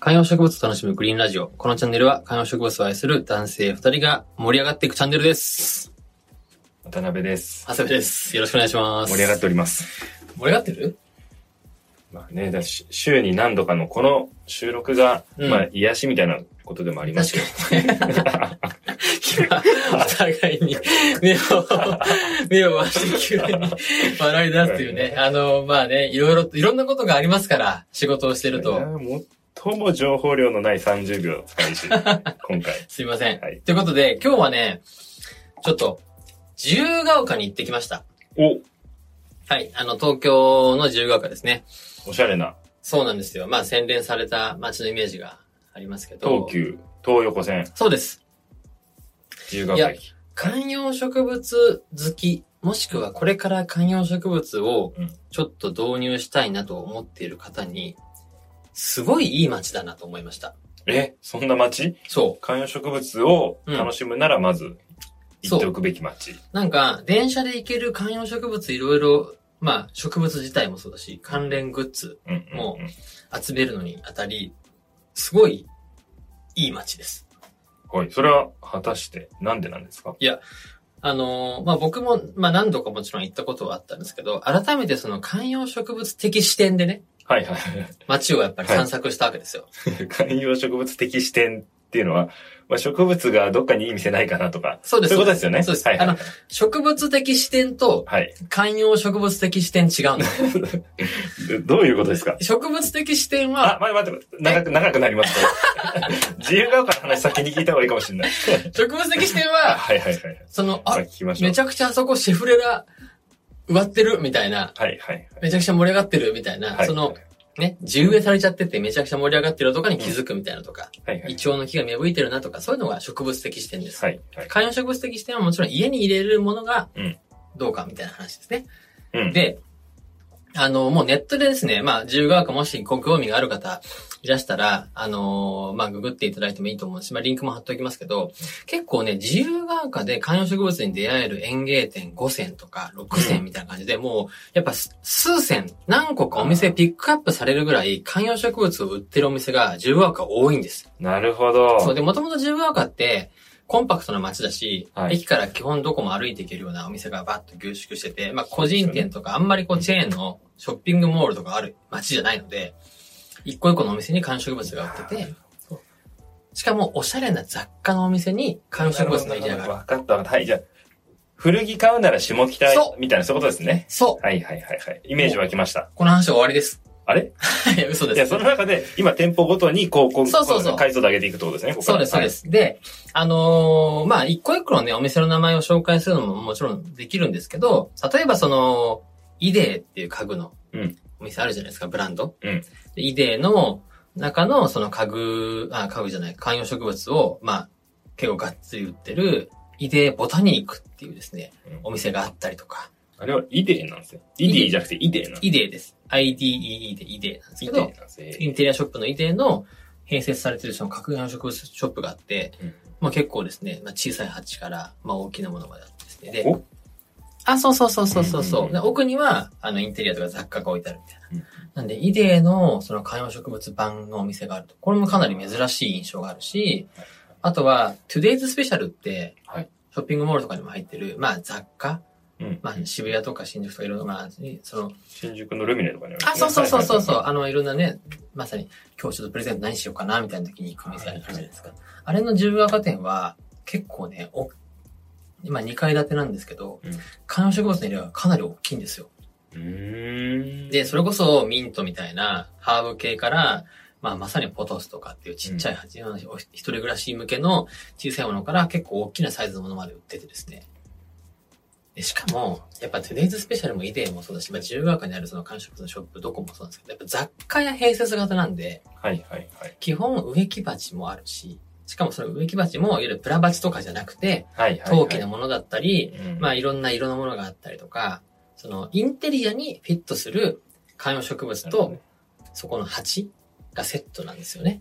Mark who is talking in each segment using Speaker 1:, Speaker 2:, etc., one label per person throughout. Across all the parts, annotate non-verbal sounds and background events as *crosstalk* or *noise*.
Speaker 1: 観葉植物を楽しむグリーンラジオ。このチャンネルは観葉植物を愛する男性二人が盛り上がっていくチャンネルです。
Speaker 2: 渡辺です。
Speaker 1: 長谷部です。よろしくお願いします。
Speaker 2: 盛り上がってております。
Speaker 1: 盛り上がってる
Speaker 2: まあね、だし週に何度かのこの収録が、
Speaker 1: うん
Speaker 2: まあ癒しみたいなことでもありますけど。 *laughs*
Speaker 1: 確かにね。今、お互いに目を、目を回して急に笑い出すというね。あの、まあね、いろいろと、いろんなことがありますから、仕事をしてると。
Speaker 2: いや最も情報量のない30秒を
Speaker 1: *laughs*
Speaker 2: 使いし、今回。
Speaker 1: すいません。
Speaker 2: はい
Speaker 1: ということで、今日はね、ちょっと、自由が丘に行ってきました。
Speaker 2: お
Speaker 1: はい。あの、東京の自由が丘ですね。
Speaker 2: おしゃれな
Speaker 1: そうなんですよ。まあ、洗練された街のイメージがありますけど。
Speaker 2: 東急東横線
Speaker 1: そうです。
Speaker 2: 自由が丘駅。
Speaker 1: 観葉植物好き、もしくはこれから観葉植物を
Speaker 2: うん
Speaker 1: ちょっと導入したいなと思っている方に、すごいいい街だなと思いました。
Speaker 2: え、そんな街
Speaker 1: そ
Speaker 2: 観葉植物を楽しむならまず行っておくべき街。
Speaker 1: う。なんか、電車で行ける観葉植物いろいろ、まあ、植物自体もそうだし、関連グッズ
Speaker 2: うんうんうん
Speaker 1: も集めるのにあたり、すごいいい街です。
Speaker 2: はい。それは果たしてなんでなんですか
Speaker 1: あのーまあ、僕も、まあ、何度かもちろん行ったことはあったんですけど、改めてその観葉植物的視点でね、
Speaker 2: はいはい。
Speaker 1: 街をやっぱり散策したわけですよ。
Speaker 2: *laughs* 観葉植物的視点っていうのは、まあ、植物がどっかにいい店ないかなとか、
Speaker 1: そうです。
Speaker 2: そういうことですよね。
Speaker 1: そうです。
Speaker 2: はい、は
Speaker 1: あ
Speaker 2: い
Speaker 1: の、。植物的視点と
Speaker 2: はい。
Speaker 1: 観葉植物的視点違うん
Speaker 2: *laughs*
Speaker 1: です。
Speaker 2: どどういうことですか
Speaker 1: 植物的視点
Speaker 2: あ
Speaker 1: は、、
Speaker 2: 待って待って、長く、長くな
Speaker 1: *laughs*
Speaker 2: りますね自由が丘の話先に聞いた方がいいかもしれない。
Speaker 1: 植物的視点
Speaker 2: あ *laughs*
Speaker 1: は、
Speaker 2: はいはいはいはい。
Speaker 1: その、
Speaker 2: まあ
Speaker 1: あ、
Speaker 2: 聞きましょう
Speaker 1: めち。ゃくちゃあそこシェフレラ植わってるみたいな、
Speaker 2: はいはい
Speaker 1: めちゃくちゃ盛り上がってるみたいな、
Speaker 2: はい。
Speaker 1: その
Speaker 2: は、
Speaker 1: ね、地植えされちゃっててめちゃくちゃ盛り上がってるとかに気づくみたいなとか、
Speaker 2: いはい
Speaker 1: イ。チョウの木が芽吹いてるなとか、そういうのが植物的視点です。
Speaker 2: はいはい。
Speaker 1: 観葉植物的視点はもちろん家に入れるものが
Speaker 2: うん
Speaker 1: どうかみたいな話ですね。
Speaker 2: うん。
Speaker 1: で、あの、もうネットでですね、まあ、自由が丘もしご興味がある方いらしたら、あのーまあ、ググっていただいてもいいと思うし、まあ、リンクも貼っておきますけど、結構ね、自由が丘で観葉植物に出会える園芸店5選とか6選みたいな感じで、もう、やっぱす数選、何個かお店ピックアップされるぐらい観葉植物を売ってるお店が自由が丘多いんです。
Speaker 2: なるほど。
Speaker 1: そう、で、もともと自由が丘って、コンパクトな街だし、
Speaker 2: はい
Speaker 1: 駅から基本どこも歩いていけるようなお店がバッと凝縮してて、まあ個人店とかあんまりこうチェーンのショッピングモールとかある街じゃないので、一個一個のお店に観葉植物が売ってて
Speaker 2: そう、
Speaker 1: しかもおしゃれな雑貨のお店に観葉植物のエリアがある。
Speaker 2: わかったわかった。はい、じゃあ、古着買うなら下北
Speaker 1: そう
Speaker 2: みたいな、そういうことですね。
Speaker 1: そ
Speaker 2: はいはいはいはい。イメージ湧きました
Speaker 1: う。この話は終わりです。 *laughs*
Speaker 2: あれ
Speaker 1: いや嘘
Speaker 2: い
Speaker 1: で
Speaker 2: や、
Speaker 1: す。
Speaker 2: その中で、今店舗ごとに、こう、こう、
Speaker 1: そうそうそう
Speaker 2: こ解像度上げていくってことですね、ここか
Speaker 1: そうで
Speaker 2: ら
Speaker 1: す、そうで。す。で、あのーまあ、一個一個のね、お店の名前を紹介するのももちろんできるんですけど、例えばその、イデーっていう家具の
Speaker 2: うん
Speaker 1: お店あるじゃないですか、ブランド。
Speaker 2: うん
Speaker 1: でイデーの中のその家具、あ、家具じゃない、観葉植物を、まあ、結構がっつり売ってる、イデーボタニークっていうですね、
Speaker 2: うん
Speaker 1: お店があったりとか、
Speaker 2: あれはイデーなんですよ。イデーじゃなくてイデーなんです。
Speaker 1: イデーです。IDEE でイデーなんです
Speaker 2: イ
Speaker 1: け
Speaker 2: デ
Speaker 1: ど、
Speaker 2: ーなんですね。
Speaker 1: インテリアショップの移転の併設されてるその格言植物ショップがあって、
Speaker 2: うん
Speaker 1: まあ結構ですね、まあ、小さい鉢から、まあ、大きなものまであってですね。で
Speaker 2: ここ
Speaker 1: あ、そうそうそうそうそうそう、
Speaker 2: うんうんうん
Speaker 1: で奥には、あの、インテリアとか雑貨が置いてあるみたいな。
Speaker 2: うん
Speaker 1: なんで、イデーの、その観葉植物版のお店があると。これもかなり珍しい印象があるし、あとは、トゥデイズスペシャルって、
Speaker 2: はい
Speaker 1: ショッピングモールとかにも入ってる、まあ、雑貨、
Speaker 2: うん。
Speaker 1: まあ、渋谷とか新宿とかいろいろな、その、
Speaker 2: 新宿のルミネとかにある
Speaker 1: あ、そうそうそうそうそう。
Speaker 2: う。
Speaker 1: あの、いろんなね、まさに、今日ちょっとプレゼント何しようかな、みたいな時に行く店あるじゃないですか。あれの自由赤店は、結構ね、お、今2階建てなんですけど、
Speaker 2: うん
Speaker 1: 観葉植物の量がかなり大きいんですよ。
Speaker 2: うーん。
Speaker 1: で、それこそミントみたいなハーブ系から、まあまさにポトスとかっていうちっちゃい鉢、お一人暮らし向けの小さいものから結構大きなサイズのものまで売っててですね。でしかも、やっぱトゥデイズスペシャルもイデーもそうだし、まあ自由が丘にあるその観食のショップどこもそうなんですけど、やっぱ雑貨や併設型なんで、
Speaker 2: はいはいはい。
Speaker 1: 基本植木鉢もあるし、しかもその植木鉢もいわゆるプラ鉢とかじゃなくて、
Speaker 2: はいはい。
Speaker 1: 陶器のものだったり、
Speaker 2: うん
Speaker 1: まあいろんな色のものがあったりとか、そのインテリアにフィットする観葉植物と、そこの鉢がセットなんですよね。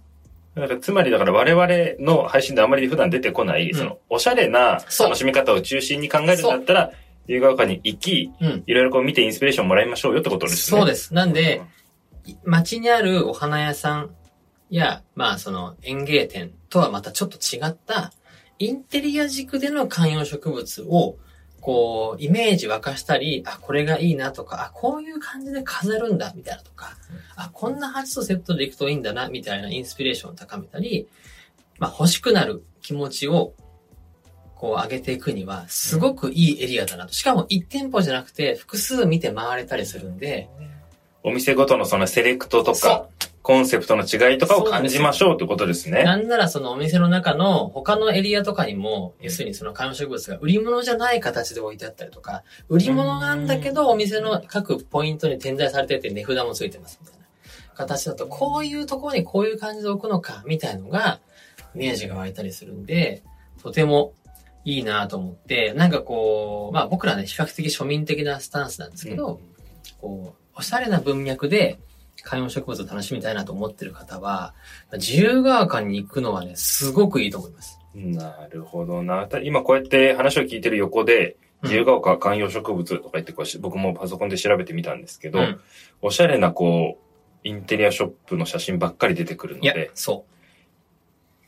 Speaker 2: だからつまりだから我々の配信であまり普段出てこない、
Speaker 1: うん
Speaker 2: その、おしゃれな
Speaker 1: そう
Speaker 2: 楽しみ方を中心に考えるんだったら、自由が丘に行き、
Speaker 1: うん。
Speaker 2: いろいろこう見てインスピレーションもらいましょうよってことですね。
Speaker 1: そう
Speaker 2: す。
Speaker 1: です。なんで、街にあるお花屋さん、や、まあその園芸店とはまたちょっと違った、インテリア軸での観葉植物を、こう、イメージ沸かしたり、あ、これがいいなとか、あ、こういう感じで飾るんだ、みたいなとか、あ、こんな鉢とセットでいくといいんだな、みたいなインスピレーションを高めたり、まあ欲しくなる気持ちを、こう上げていくには、すごくいいエリアだなと。しかも1店舗じゃなくて、複数見て回れたりするんで、
Speaker 2: お店ごとのそのセレクトと
Speaker 1: そう
Speaker 2: か、コンセプトの違いとかを感じましょうってことですね。
Speaker 1: なんならそのお店の中の他のエリアとかにも、要するにその観葉植物が売り物じゃない形で置いてあったりとか、売り物なんだけどお店の各ポイントに点在されてて値札もついてますみたいな形だと、こういうところにこういう感じで置くのか、みたいのが、イメージが湧いたりするんで、とてもいいなと思って、なんかこう、まあ僕らね、比較的庶民的なスタンスなんですけど、こう、おしゃれな文脈で観葉植物を楽しみたいなと思ってる方は、自由が丘に行くのはね、すごくいいと思います。
Speaker 2: なるほどな。た今こうやって話を聞いてる横で、
Speaker 1: うん
Speaker 2: 自由が丘観葉植物とか言ってこうし、僕もパソコンで調べてみたんですけど、
Speaker 1: うん
Speaker 2: おしゃれなこう、インテリアショップの写真ばっかり出てくるの
Speaker 1: いや
Speaker 2: で、、
Speaker 1: そ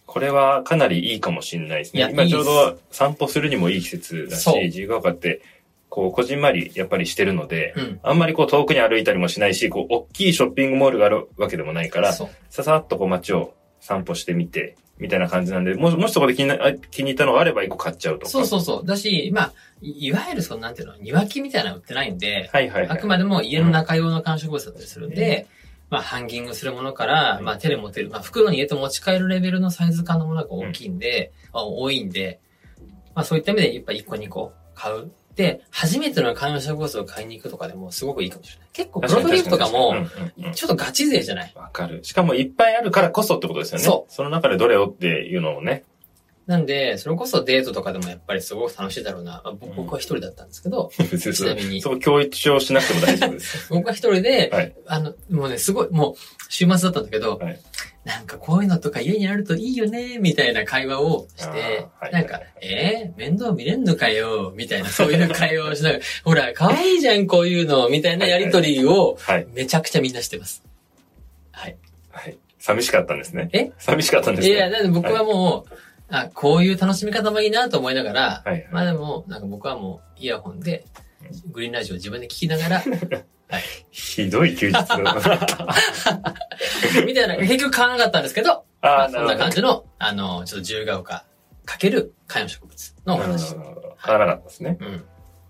Speaker 2: これはかなりいいかもしれないです
Speaker 1: い
Speaker 2: ね
Speaker 1: や。
Speaker 2: 今
Speaker 1: いい
Speaker 2: ち
Speaker 1: で
Speaker 2: ょ
Speaker 1: す
Speaker 2: うど散歩するにもいい季節だし
Speaker 1: そう、
Speaker 2: 自由が丘って、こう、こじんまりやっぱりしてるので、
Speaker 1: う。うん。
Speaker 2: あんまりこう遠くに歩いたりもしないし、こう、大きいショッピングモールがあるわけでもないから、
Speaker 1: そう。
Speaker 2: ささっとこう街を散歩してみて、みたいな感じなんで、もし、もしそこで気にな、あ気に入ったのがあれば一個買っちゃうとか。
Speaker 1: そうそうそう。だし、まあ、いいわゆるその、なんていうの、庭木みたいなの売ってないんで、
Speaker 2: はいはい
Speaker 1: *laughs*
Speaker 2: は
Speaker 1: あ
Speaker 2: い
Speaker 1: く。までも家の中用の観葉植物だったりするん
Speaker 2: うん
Speaker 1: で、まあ、ハンギングするものから
Speaker 2: う、ん
Speaker 1: まあ、手で持てる、まあ、袋に入れて持ち帰るレベルのサイズ感のものが大きいんで、あ多いんで、まあ、そういった意味で、やっぱ1個2個買う。で、初めての観葉植物を買いに行くとかでもすごくいいかもしれない。結構、プロトリープとか
Speaker 2: 確
Speaker 1: も、
Speaker 2: に確にうんうんうん
Speaker 1: ちょっとガチ勢じゃない。
Speaker 2: わかる。しかもいっぱいあるからこそってことですよね。。
Speaker 1: そう
Speaker 2: その中でどれをっていうのをね。
Speaker 1: なんで、それこそデートとかでもやっぱりすごく楽しいだろうな。まあぼ
Speaker 2: うん
Speaker 1: 僕は一人だったんですけど、
Speaker 2: 別
Speaker 1: ちなみに
Speaker 2: *laughs* そこ教育をしなくても大丈夫です。
Speaker 1: 僕は一人で、
Speaker 2: はい
Speaker 1: あの、もうね、すごい、もう、週末だったんだけど、
Speaker 2: はい
Speaker 1: なんかこういうのとか家にあるといいよね、みたいな会話をして、
Speaker 2: あーはい
Speaker 1: なんか、えー、面倒見れんのかよ、みたいな、そういう会話をしながら、ほら、可愛いじゃん、こういうの、みたいなやりとりを、
Speaker 2: はい。
Speaker 1: めちゃくちゃみんなしてます。はい。
Speaker 2: はい。寂しかったんですね。
Speaker 1: え
Speaker 2: 寂しかったんです
Speaker 1: い
Speaker 2: ね。
Speaker 1: や、なんで僕はもう、あ、こういう楽しみ方もいいなと思いながら、
Speaker 2: はいはい
Speaker 1: まあでも、なんか僕はもうイヤホンで、グリーンラジオを自分で聞きながら、 *laughs*
Speaker 2: ひどい休日だ
Speaker 1: みたいな、結局買わなかったんですけど、ま
Speaker 2: あ
Speaker 1: あ、
Speaker 2: ー
Speaker 1: そんな感じの、あの、ちょっと自由が丘かける観葉植物のお
Speaker 2: なる
Speaker 1: 話
Speaker 2: ほ。どなるほど買わなかったですね。
Speaker 1: うん。
Speaker 2: わ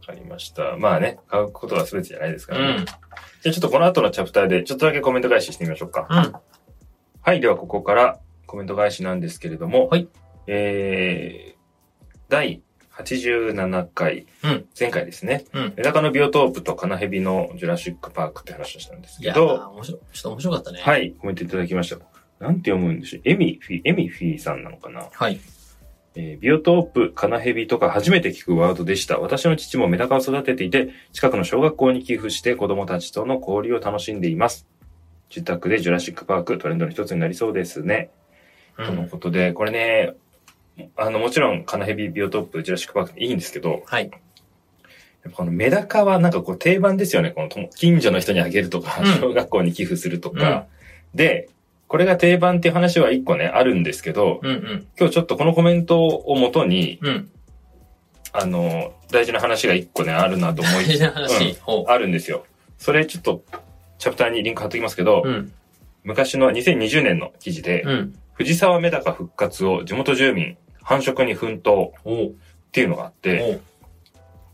Speaker 2: かりました。まあね、買うことは全てじゃないですか
Speaker 1: う
Speaker 2: らね。
Speaker 1: ん。
Speaker 2: じゃあちょっとこの後のチャプターでちょっとだけコメント返ししてみましょうか。
Speaker 1: うん。
Speaker 2: はい、ではここからコメント返しなんですけれども、
Speaker 1: はい
Speaker 2: えー、第87回、
Speaker 1: うん
Speaker 2: 前回ですね、
Speaker 1: うん
Speaker 2: メダカのビオトープとカナヘビのジュラシックパークって話をしたんです
Speaker 1: い
Speaker 2: け
Speaker 1: やー、
Speaker 2: ど、
Speaker 1: 面白い、ちょっと面白かったね。
Speaker 2: はい、コメントいただきました。なんて読むんでしょうエミフィ、エミフィさんなのかな
Speaker 1: はい。
Speaker 2: えービオトープ、カナヘビとか初めて聞くワードでした。私の父もメダカを育てていて、近くの小学校に寄付して子供たちとの交流を楽しんでいます。自宅でジュラシックパーク、トレンドの一つになりそうですね。
Speaker 1: う
Speaker 2: との
Speaker 1: ん。
Speaker 2: ことで、これね、あの、もちろんカナヘビ、ビオトープ、ジュラシックパークっていいんですけど、
Speaker 1: はい。
Speaker 2: やっぱこのメダカはなんかこう定番ですよね。このとも近所の人にあげるとか、
Speaker 1: うん
Speaker 2: 小学校に寄付するとか。で、これが定番っていう話は一個ね、あるんですけど、
Speaker 1: うんうん。
Speaker 2: 今日ちょっとこのコメントをもとに、
Speaker 1: うん。
Speaker 2: あの、大事な話が一個ね、あるなと思
Speaker 1: 大
Speaker 2: い、
Speaker 1: 事な話。ほ
Speaker 2: あるんですよ。それちょっと、チャプターにリンク貼っときますけど、
Speaker 1: う。うん。
Speaker 2: 昔の2020年の記事で、
Speaker 1: うん。
Speaker 2: 藤沢メダカ復活を地元住民、繁殖に奮闘っ
Speaker 1: おう
Speaker 2: ていうのがあって、
Speaker 1: おう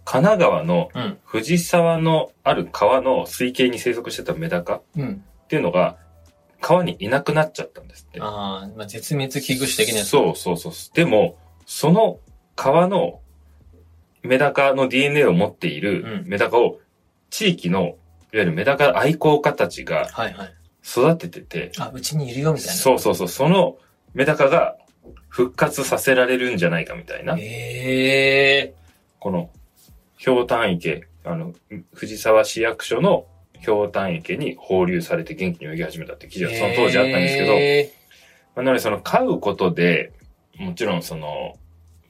Speaker 2: 神奈川の
Speaker 1: うん。
Speaker 2: 藤沢のある川の水系に生息してたメダカっ
Speaker 1: うん。
Speaker 2: ていうのが、川にいなくなっちゃったんですって。
Speaker 1: あー、まあ、絶滅危惧種的なやつ。
Speaker 2: そうそうそう。でも、その川のメダカの DNA を持っている
Speaker 1: うん
Speaker 2: メダカを地域の、いわゆるメダカ愛好家たちが
Speaker 1: はいはい。
Speaker 2: 育ててて、
Speaker 1: あ、うちにいるよ、みたいな。
Speaker 2: そうそうそう、そのメダカが復活させられるんじゃないかみたいな、
Speaker 1: ええ
Speaker 2: この、氷単池、あの、藤沢市役所の氷単池に放流されて元気に泳ぎ始めたって記事
Speaker 1: ー。
Speaker 2: はその当時あったんですけど、
Speaker 1: え
Speaker 2: まあなので、その飼うことで、もちろんその、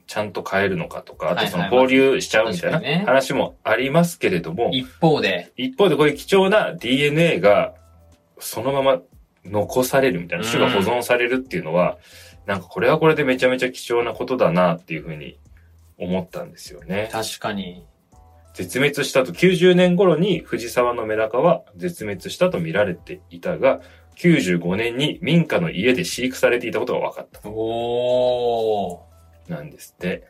Speaker 2: ちゃんと飼えるのかとか、あとその
Speaker 1: はいはいはい
Speaker 2: 交流しちゃうみたい
Speaker 1: 確かにね
Speaker 2: な話もありますけれども
Speaker 1: ー、一方で、
Speaker 2: 一方でこういう貴重な DNA が、そのまま残されるみたいな、種が保存されるっていうのは、なんかこれはこれでめちゃめちゃ貴重なことだなっていうふうに思ったんですよね。
Speaker 1: 確かに。
Speaker 2: 絶滅したと、90年頃に藤沢のメダカは絶滅したと見られていたが、95年に民家の家で飼育されていたことが分かった。
Speaker 1: おー。
Speaker 2: なんですって。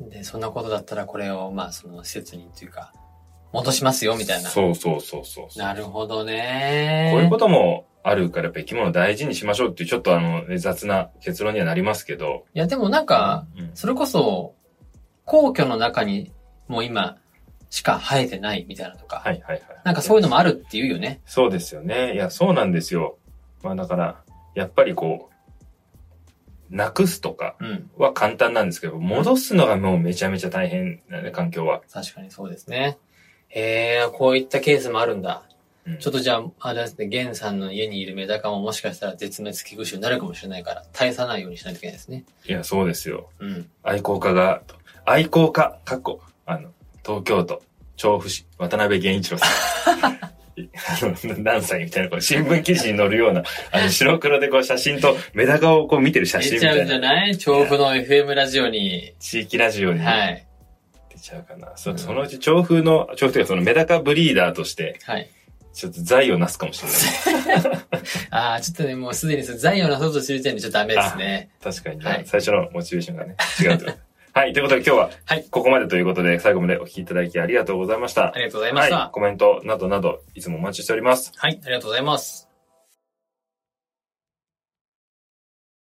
Speaker 1: で、そんなことだったらこれを、まあ、その施設にっていうか、戻しますよ、みたいな。
Speaker 2: そうそうそうそうそう。
Speaker 1: なるほどね。
Speaker 2: こういうことともあるから、やっぱ生き物を大事にしましょうっていう、ちょっとあの、雑な結論にはなりますけど。
Speaker 1: いや、でもなんか、
Speaker 2: うん
Speaker 1: それこそ、皇居の中にもう今しか生えてないみたいなとか、
Speaker 2: はいはいはい。
Speaker 1: なんかそういうのもあるっていうよね。
Speaker 2: そうですよね。いや、そうなんですよ。まあだから、やっぱりこう、なくすとか
Speaker 1: うん。
Speaker 2: は簡単なんですけど、戻すのがもうめちゃめちゃ大変なんで、環境は。
Speaker 1: 確かにそうですね。へえ、こういったケースもあるんだ。
Speaker 2: うん
Speaker 1: ちょっとじゃあ、あれですね、ゲンさんの家にいるメダカももしかしたら絶滅危惧種になるかもしれないから、絶やさないようにしないといけないですね。
Speaker 2: いや、そうですよ。
Speaker 1: うん。
Speaker 2: 愛好家が、愛好家、かっこ、あの、東京都、調布市、渡辺源一郎さ *laughs* ん。あの何歳みたいな、こう新聞記事に載るような、あの、白黒でこう写真とメダカをこう見てる写真
Speaker 1: 出
Speaker 2: み
Speaker 1: ちゃ
Speaker 2: た
Speaker 1: う
Speaker 2: い
Speaker 1: んじゃ
Speaker 2: な。
Speaker 1: ない調布の FM ラジオに。
Speaker 2: 地域ラジオに
Speaker 1: はい。
Speaker 2: 出ちゃうかな。
Speaker 1: う
Speaker 2: そ
Speaker 1: ん
Speaker 2: そのうち調布の、調布というかそのメダカブリーダーとして、
Speaker 1: はい。
Speaker 2: ちょっと財をなすかもしれない。
Speaker 1: ああ、ちょっとね、もうすでにその財をなそうとしてる時点でちょっとダメですね。
Speaker 2: 確かに、
Speaker 1: はい
Speaker 2: 最初のモチベーションがね、違うと。はい、ということで今日は
Speaker 1: はい、
Speaker 2: ここまでということで、最後までお聞きいただきありがとうございました
Speaker 1: あ。りがとうございました。
Speaker 2: はい、コメントなどなど、いつもお待ちしております。
Speaker 1: はい、ありがとうございます。